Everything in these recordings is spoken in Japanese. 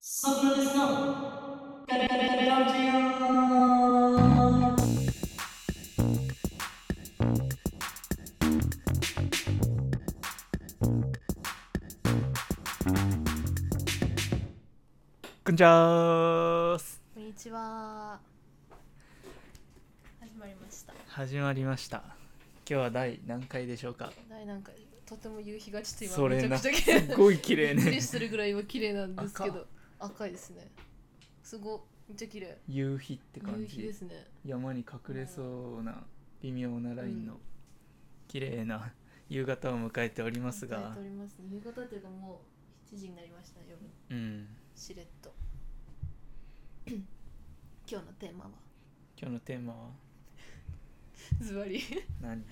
サプラですな。カレカレカレラジオ。こんにちはーすこんにちは。始まりました。始まりました今日は第何回でしょうかはい、なんかとても夕日がちょっとそれ今めちゃなくちゃ綺麗すごい綺麗びっくりねするぐらい今綺麗なんですけ赤ど、赤いですね。すごいめっちゃ綺麗。夕日って感夕日でじすね。山に隠れそうな微妙なラインのうん綺麗な夕方を迎えておりますいただいがておりますね。夕方というかもう7時になりました夜うんしれっと。 今日のテーマは今日のテーマはズ バリ。い何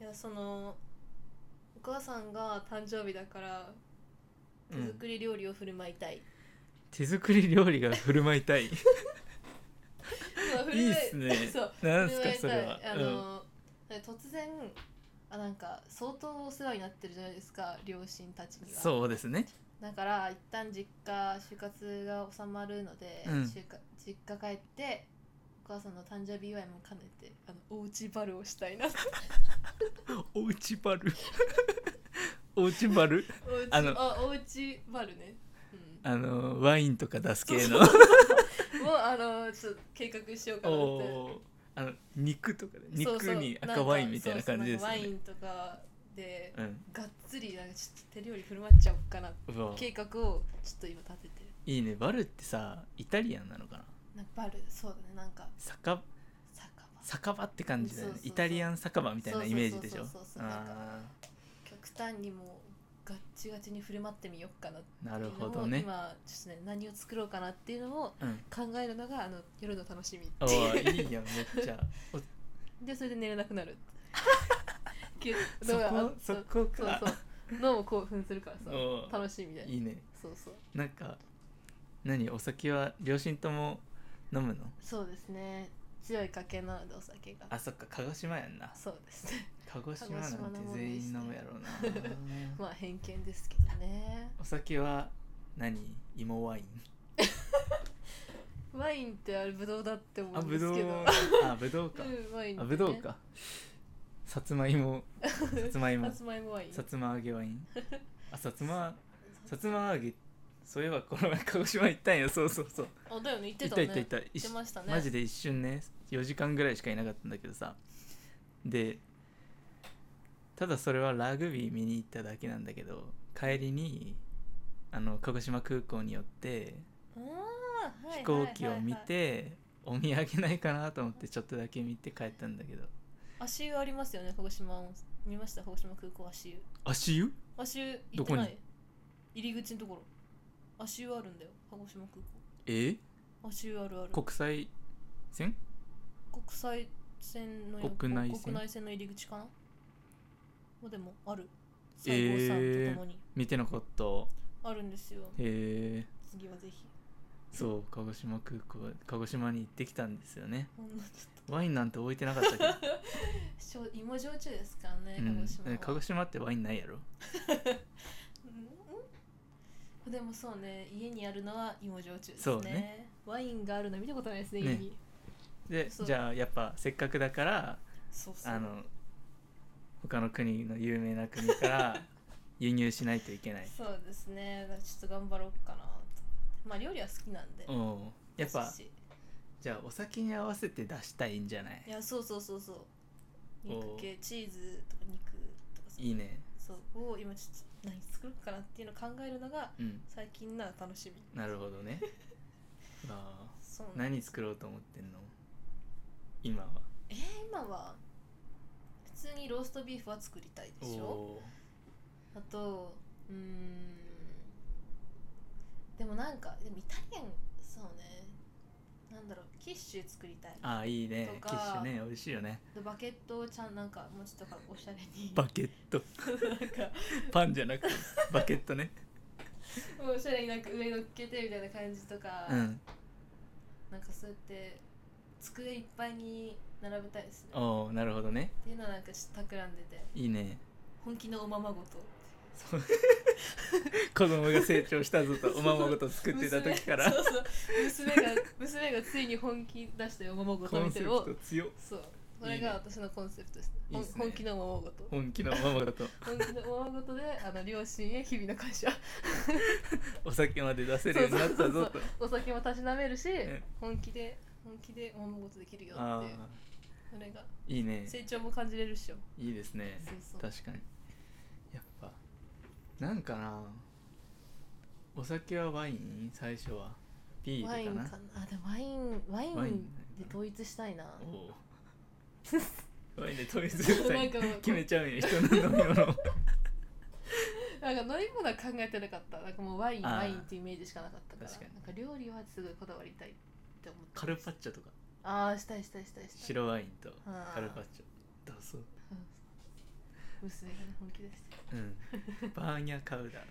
やそのお母さんが誕生日だからう手ん作り料理を振る舞いたい。手作り料理が振る舞いた いまあ振る舞いいっすね そうなんすかそれはあの、突然あなんか相当お世話になってるじゃないですか両親たちうんにはそうですねだから一旦実家就活が収まるので、うん就活実家帰ってお母さんの誕生日祝いも兼ねてあのおうちバルをしたいなおうちバル おうちバルおうちあのあおうちバルね、あのワインとか出す系のうん、もうあのちょっと計画しようかなっおてーあの肉とかでそうそ肉うにんか赤ワインみたいな感じですそようそうねなんかワインとかでうんがっつりなんかちょっと手料理振る舞っちゃおうかなってうわ計画をちょっと今立ててるいいねバルってさイタリアンなのかななんかバルそうだねなんか酒酒場酒場って感じだよねそうそうそうイタリアン酒場みたいなイメージでしょそうそうそうそうなんかあ極端にもうガッチガチに振る舞ってみようかなってーないうるのほをどね今ちょっとね何を作ろうかなっていうのをうん考えるのがあの夜の楽しみおーいいやんめっ ちゃおでそれで寝れなくなる けそだからあこそこそうかそう脳も興奮するからさおー楽しみでいいねそうそうなんか何お酒は両親とも飲むのそうですね強い家系なのでお酒があそっか鹿児島やんなそうですね鹿児島なん鹿児て島のもん全員ですね飲むやろうなまあ偏見ですけどねお酒は何芋ワインワインってあれブドウだって思あうんぶでどうすけど。あぶどうか。うんワインってあねぶどう。か。さつまいも。さつまいも さ。つまいもワイン。さつま揚げワイン。あさつまさつま揚げ。そういえばこの前鹿児島行ったんや。そうそうそう。あだよね言行ってったたね。行った行った。言ってましたね。マジで一瞬ね4時間ぐらいしかいなかったんだけどさでただそれはラグビー見に行っただけなんだけど帰りにあの鹿児島空港に寄ってあー。はい飛行機を見はいはいはい。てお土産ないかなと思ってちょっとだけ見て帰ったんだけど足湯ありますよね鹿児島温泉見ました鹿児島空港足湯。足湯足湯行ってなどこい。入り口のところ。足湯あるんだよ鹿児島空え港。足湯あるある。国際線国際線の国内線国内線の入り口かな。まあでもある。西郷さんとともに、見てなかったあるんですよ。へえ次はぜひ。そう鹿児島空港鹿児島に行ってきたんですよねほんのちょっとワインなんて置いて なかったけど、 しょ芋焼酎ですからね、うん鹿児島は、鹿児島ってワインないやろうんでもそうね家にあるのは芋焼酎ですねそうねワインがあるの見たことないですねね家にでそうじゃあやっぱせっかくだからそうそうあの他の国の有名な国から 輸入しないといけ ないそうですねだからちょっと頑張ろうかなとまあ料理は好きなんでおおうやっぱ私じゃあお酒に合わせて出したいんじゃないいやそうそうそうそうお肉系チーズとか肉とかさいいねそうを今ちょっと何作ろうかなっていうのを考えるのがうん最近な楽しみなるほどね ああそうなん何作ろうと思ってんの今はえー、今は普通にローストビーフは作りたいでしょおあとうーんでもなんかでもイタリアンそうねなんだろうキッシュ作りたいーあーいいねとキッかシュね美味しいよねでバケットをちゃんなんかもうちょっとかおしゃれにバケットなんかパンじゃな くてバケットねもうおしゃれになんか上乗っけてみたいな感じとか、うんなんかそうやって机いっぱいに並べたいですねおおなるほどねっていうのはなんかちょっと企んでていいね本気のおままごと子供が成長したぞ とおままごと作ってた時から娘そう そう娘が娘がついに本気出したよおままごコとみンたセいプなのをト強っそうそれが私のコンセプトですいいほんっすね本気のおままごと本気のおままごと本気のおままごとであの両親へ日々の感 謝お酒まで出せるようになったそぞうとお酒もたしなめるし、ん本気で本気でおままごとできるよあってそれがーいいね成長も感じれるっしょいいですねそうそう確かにやっぱなんかなお酒はワイン最初はビールかワインなかなあでもワインワイワインンで統一したいなおうワインで統一したないんかもう決めちゃうんや人の飲み物をなんか飲み物は考えてなかったなんかもうワインあーワインってイメージしかなかったから確かになんか料理はすごいこだわりたいって思ってカルパッチョとかああしたいしたいしたいしたい白ワインとあーカルパッチョどうぞうん娘がね本気です うんバーニャカウダあ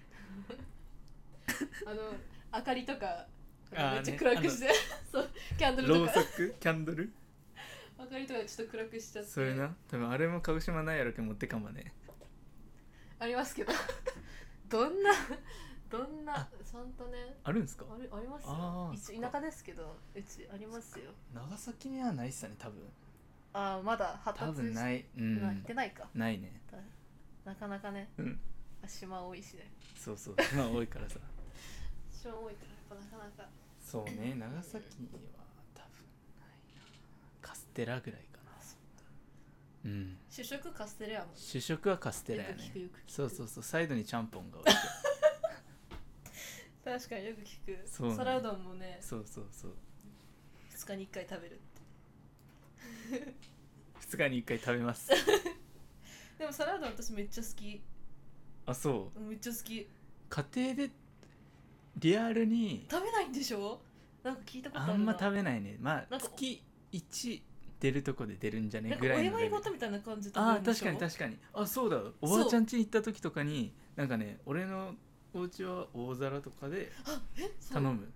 の明かりとかめあーっちゃ暗くして そうキャンドルろとうかそくキャンドル明かりとかちょっと暗くしちゃってそれな多分あれも鹿児島ないやろけん持ってかんばねありますけどどんなどんなあちゃんとねあるんすかあれありますあよー一そっ田か舎ですけどうちありますよ長崎にはないっすよね多分ああまだ発多達分しないうんまあ行ってないかないねなかなかねうん島多いしねそう そう今多いからさ島多いからやっぱなかなかそうね長崎は多分ないなカステラぐらいかなうん主食カステレアも主食はカステラやよく聞くよねく聞くそうそうそうサイドにちゃんぽん が置いて確かによく聞くそうね皿うどんもねそうそうそう2日に1回食べるって2日に1回食べますでも皿うどん私めっちゃ好きあそうめっちゃ好き家庭でリアルに食べないんでしょなんか聞いたことあるあなんま食べべないねまなあんか月1出るとこで出るんじゃねなんかぐおらいの祝レいベル事みたいな感じで食べあるーんでし確ょかに確かにあそうだおばあちゃん家行った時とかになんかね俺のお家は大皿とかであえそう頼む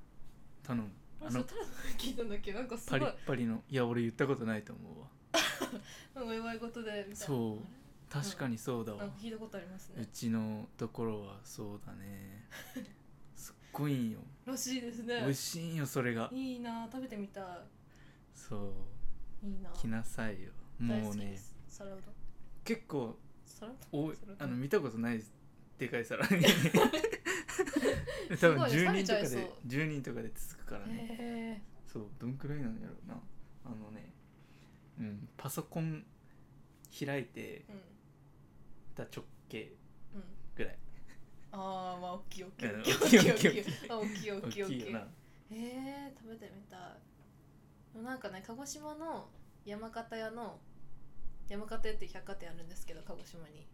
頼むああののタラ聞いたんだっけなんかすごパいリッパリのいや俺言ったことないと思うわお祝い事でみたいなそう確かにそうだあれわ、なんか聞いたことありますうねちのところはそうだ ねすっごいんよらしいですね美味しいんよそれがいいな食べてみたいそういいな来なさいよ大も好うきでねす皿うどん結構皿うおいそれあの見たことないでかい皿 に多分すごい10冷め人ちとゃかいそうで10人とかで続くからどんねへえそうどんくらいなんやろうなあのねうんパソコン開いてうんた直径うんぐらいああまあ大きい大 きいうん大きい大大ききいい大大ききいいあ大きい大きい大大ききいいよなへえ食べてみたいでもなんかね鹿児島の山形屋の山形屋っていう百貨店あるんですけど鹿児島に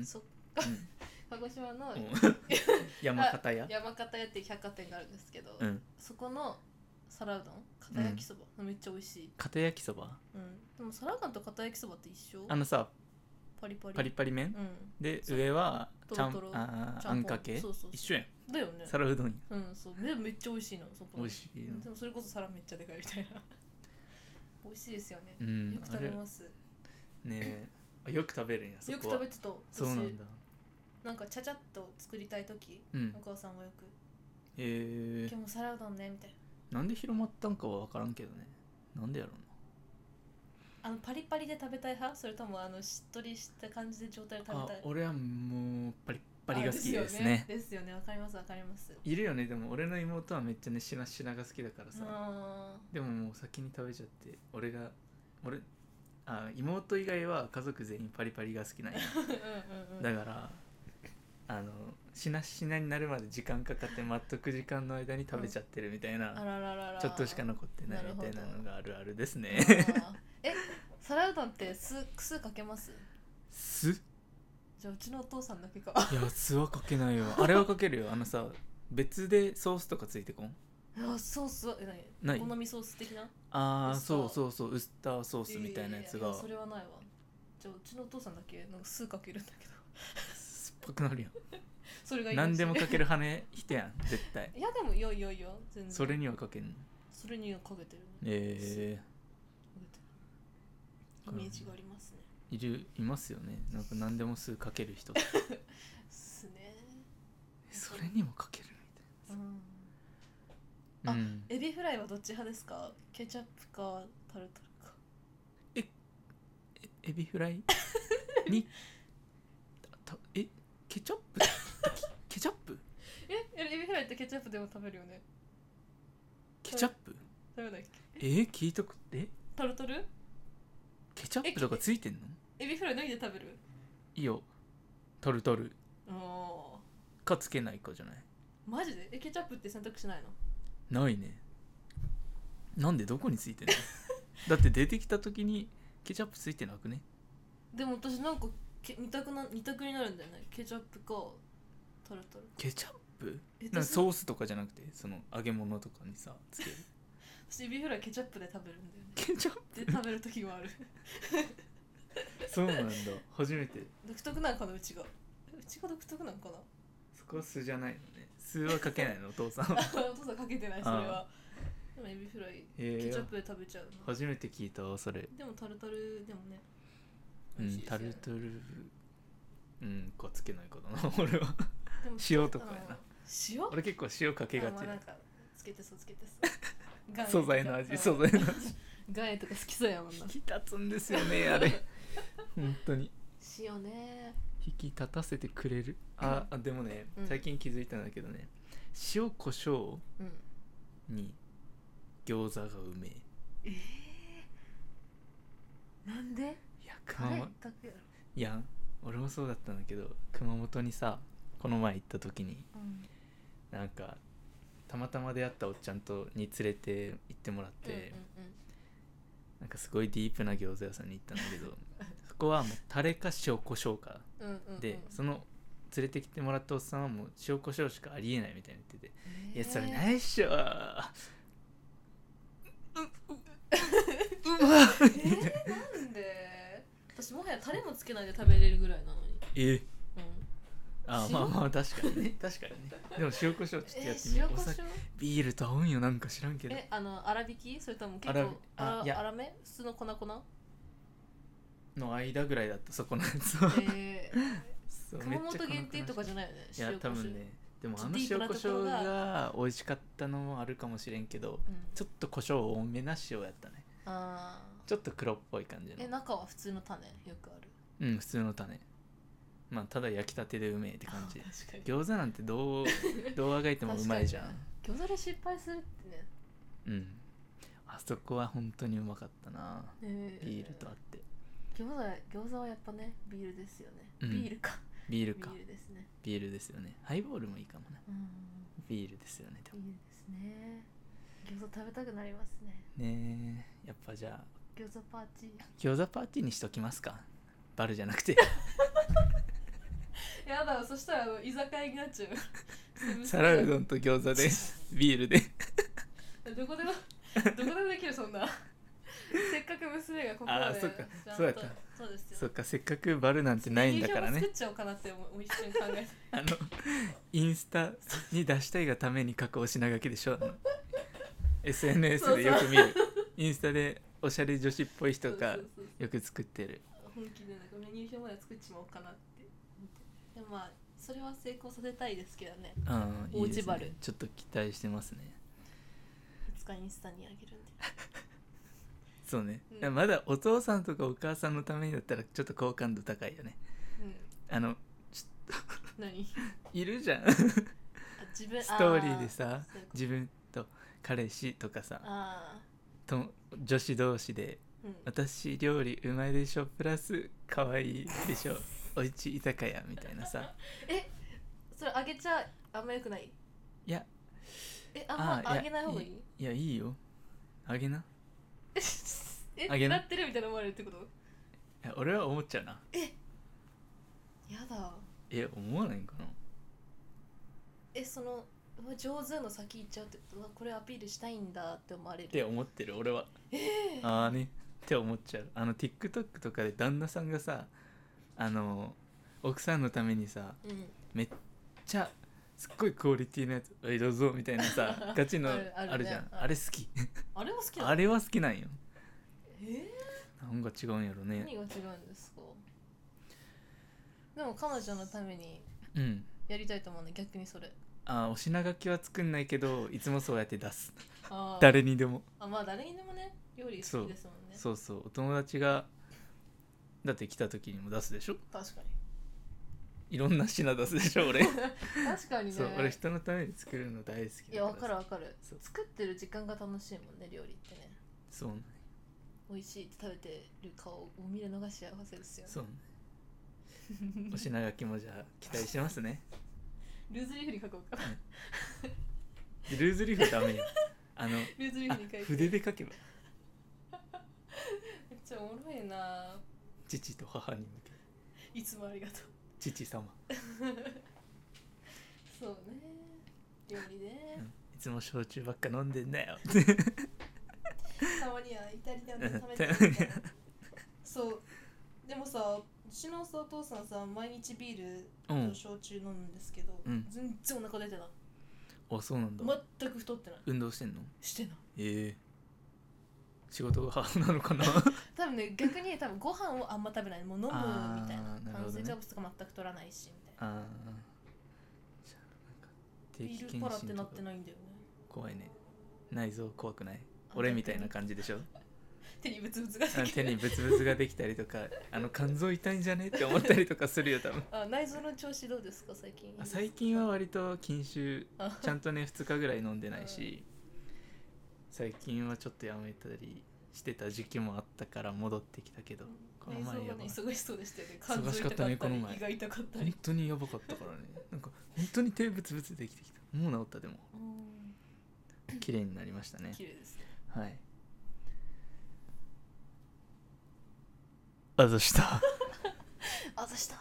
んそうん 鹿児島のうん 山形屋山形屋っていう百貨店があるんですけど、うんそこの皿うどん片焼きそば、めっちゃ美味しい、片焼きそばうん、でも皿うどんと片焼きそばって一緒あのさパリパリパリパリ麺うんでそう上はトちゃロんトロあちーゃあぽんかけそうそう一そ緒やんうだよね皿うどんやうんそうでもめっちゃ美味しいのそこの美味しいなでもそれこそ皿めっちゃでかいみたいな 美味しいですよねう、よんくあ食べれますねえあよく食べるんやそよくこ食はべてたそうなんだ私なんかちゃちゃっと作りたい時うんお母さんがよく「へえ今日も皿うどんね」みたいななんで広まったんかは分からんけどねなんでやろうあのパリパリで食べたい派それともあのしっとりした感じで状態でな食べあたい俺はもうパリッパリが好きあですよねですよねわかりますわかりますいるよねでも俺の妹はめっちゃねしなしなが好きだからさあでももう先に食べちゃって俺が俺あ妹以外は家族全員パリパリが好きなんや ーうんうんうんだからあのしなしなになるまで時間かかって待っとく時間の間に食べちゃってるみたいあな、ららららちょっとしか残ってないみたいなのがあるあるですねあーえ皿うどんって酢酢かけ ます酢いじゃあうちのお父さんだけかや酢はかけないよあれはかけるよあのさ別でソースとかついてこんあソースはえな何いお好みソース的なあウあスターそうそうそうウスターソースみたいなやついがいいそれはないわじゃあうちのお父さんだけなんか酢かけるんだけど 酸っぱくなるやんそれがいいらしい何でもかける羽人やん絶対 いやでもいやいやいや全然それにはかけんのそれにはかけてるねえかけてるイメージがありますね、えいるいますよねなんか何でもすぐ書ける人ってすね それにも書けるみたういなさんあうん、エビフライはどっち派ですかケチャップかタルタルかえエビフライにたえケチャップケチャップえエビフライってケチャップでも食べるよねケチャップ食べないっけえー、聞いたことえタルタルケチャップとかついてんのエビフライ何で食べるいいよタルタルおかつけないかじゃないーマジでえケチャップって選択しないのないねなんでどこについ てんのだって出てきた時にケチャップついてなくねでも私なんかけ二択な二択になるんだよねケチャップかタルタルケチャップえなんか私ソースとかじゃなくてその揚げ物とかにさつける私エビフライケチャップで食べるんだよねケチャッで食べる時があ るプ そうなんだ初めて独特なんかなうちがうちが独特なん かなそこは酢じゃないのね酢はかけないのお父さんおは父さんかけてないそれはでもエビフライえケチャッープで食べちゃうな初めて聞いたわそれでもタルタルでもねう美味んしいですタよルねタルうんかつけないかだな 俺はでも塩とかやな塩俺結構塩かけがちあまあだなんかつけてそうつけて そう岩素材塩とかの味うん素材の 味岩塩とか好きそうやもん な引き立つんですよねあ れ本当に塩ね引き立たせてくれるああでもね、うん最近気づいたんだけどね塩コショウうんに餃子がうめええー、なんでいやカ熊レー本だけやろいや俺もそうだったんだけど熊本にさこの前行った時にうんなんかたまたま出会ったおっちゃんとに連れて行ってもらって、うんうんなんかすごいディープな餃子屋さんに行ったんだけ どそこはもうタレか塩コショウかうんうんうんで、その連れてきてもらったおっさんはもう塩コショウしかありえないみたいに言ってていやそれないっしょううううまっえー、 えーなんで私もはやタレもつけないで食べれるぐらいなのに、えうん、あ塩まあまあ確かにね確かにねでも塩コショウちょっとやえってみー、よ塩うおコシ酒ョウビールと合うんよなんか知らんけどえあの粗挽きそれとも結粗構びああいや粗め普通の粉 粉の間ぐらいだったそこのやつはえーそうめ熊っちゃ本限定とかじゃなないよねいや塩多コショウ分ねでもあのち塩ょっとディープなコとショころウがが美味しかったのもあるかもしれんけどうん、ちょっと胡椒多めな塩やったねあーちょっと黒っぽい感じえの中は普通の種よくあるうん普通の種まあただ焼きたてでうめえって感じあー確かに餃子なんて どうどうあがいてもうまいじゃん、餃子で失敗するってね、うんあそこは本当にうまかったなえービールとあって餃子餃子はやっぱねビールですよね、うんビールかビールビかールですねビールですよねハイボールもいいかもなうんビールですよねでもビールですね餃子食べたくなりますねねえやっぱじゃあ餃子パーティー餃子パーティーにしときますかバルじゃなく てやだそしたらあの居酒屋になっちゃ う皿うどんと餃子でビールで どこでもどこでもできるそんなせっかく娘がここまであーそっかちゃんとそうやったそうですよそっかせっかくバルなんてないんだから入場もね作っちゃおうかなってもう一瞬考 えてあのインスタに出したいがために加工しながきでしょあの SNS でよく見るインスタでおしゃれ女子っぽい人がそうそうそうよく作ってる本気でなんかメニュー表まで作っちまおうかなって思ってでもまあそれは成功させたいですけどねうんいいですおうちバねルちょっと期待してますねいつかインスタにあげるんでそうね、うんまだお父さんとかお母さんのためにだったらちょっと好感度高いよねうんあの何 いるじゃんあ自分ストーリーであさそういうこと自分と彼氏とかさあと女子同士でーうん「私料理うまいでしょプラス可愛いで しょおいち居酒屋」みたいなさそれあげちゃあんまよくないいやえあんまーあげない方がいいいやいいよあげない えあげな狙ってるみたいな思われるってことや俺は思っちゃうなやだえ思わないんかなえそのうわ上手の先行っちゃうってことうわこれアピールしたいんだって思われるって思ってる俺はああねって思っちゃうあの TikTok とかで旦那さんがさあの奥さんのためにさうんめっちゃすっごいクオリティのやつ「はいどうぞ」みたいな さガチのああるるあるねじゃんうんあれ好きあれは好きなのあれは好きなんよえなんか違うんやろね何が違うんですかでも彼女のためにうんやりたいと思うね逆にそれあーお品書きは作んないけどいつもそうやって出すあー誰にでもあまあ誰にでもね料理好きですもんねそうそうお友達がだって来た時にも出すでしょ確かいろんな品出すでしょ俺に確かにねそう俺人のために作るの大好きだいやわかるわかるそう作ってる時間が楽しいもんね料理ってねそうなん美味しいって食べてる顔を見るのが幸せですよねそうなんお品書きもじゃあ期待してますね ルーズリーフに書こうか ルーズリーフダメよあのルーズリーあフに書いて筆で書けばめっちゃおもろいな父と母に向けいつもありがとう父様、そうね料理うねん、いつも焼酎ばっか飲んでんだよたまにはイタリアンで食べて うんみたいなそうでもさうちのさお父さんさ毎日ビーうルんと焼酎飲むんですけど、うん全然お腹出てないあそうなんだ全く太ってない運動してんのしてないええ仕事がなのかな 多分ね逆に多分ご飯をあんま食べないもう飲むみたいあなーなるほどね炭水化物とか全く取らないしみたいなああじゃあなんか定ビ期ールパ検ラって診なとってかないんだよね怖いね内臓怖くないあ俺逆にみたいな感じでしょ手にブツブツがあのでき手るにブツブツができたりと かあの肝臓痛いんじゃねって思ったりとかするよ多分あ内臓の調子どうですか最近 あ最近は割と禁酒あちゃんとね2日ぐらい飲んでない し最近はちょっとやめたりしてた時期もあったから戻ってきたけどこの内臓前やがばねい忙しそうでしたよね肝臓忙しか痛ったねこの前胃が痛かった本り当にやばかったからねなんか本当に手ブツブツできてきたもう治ったでもうん綺麗になりましたね綺麗ですねはいあざしたあざした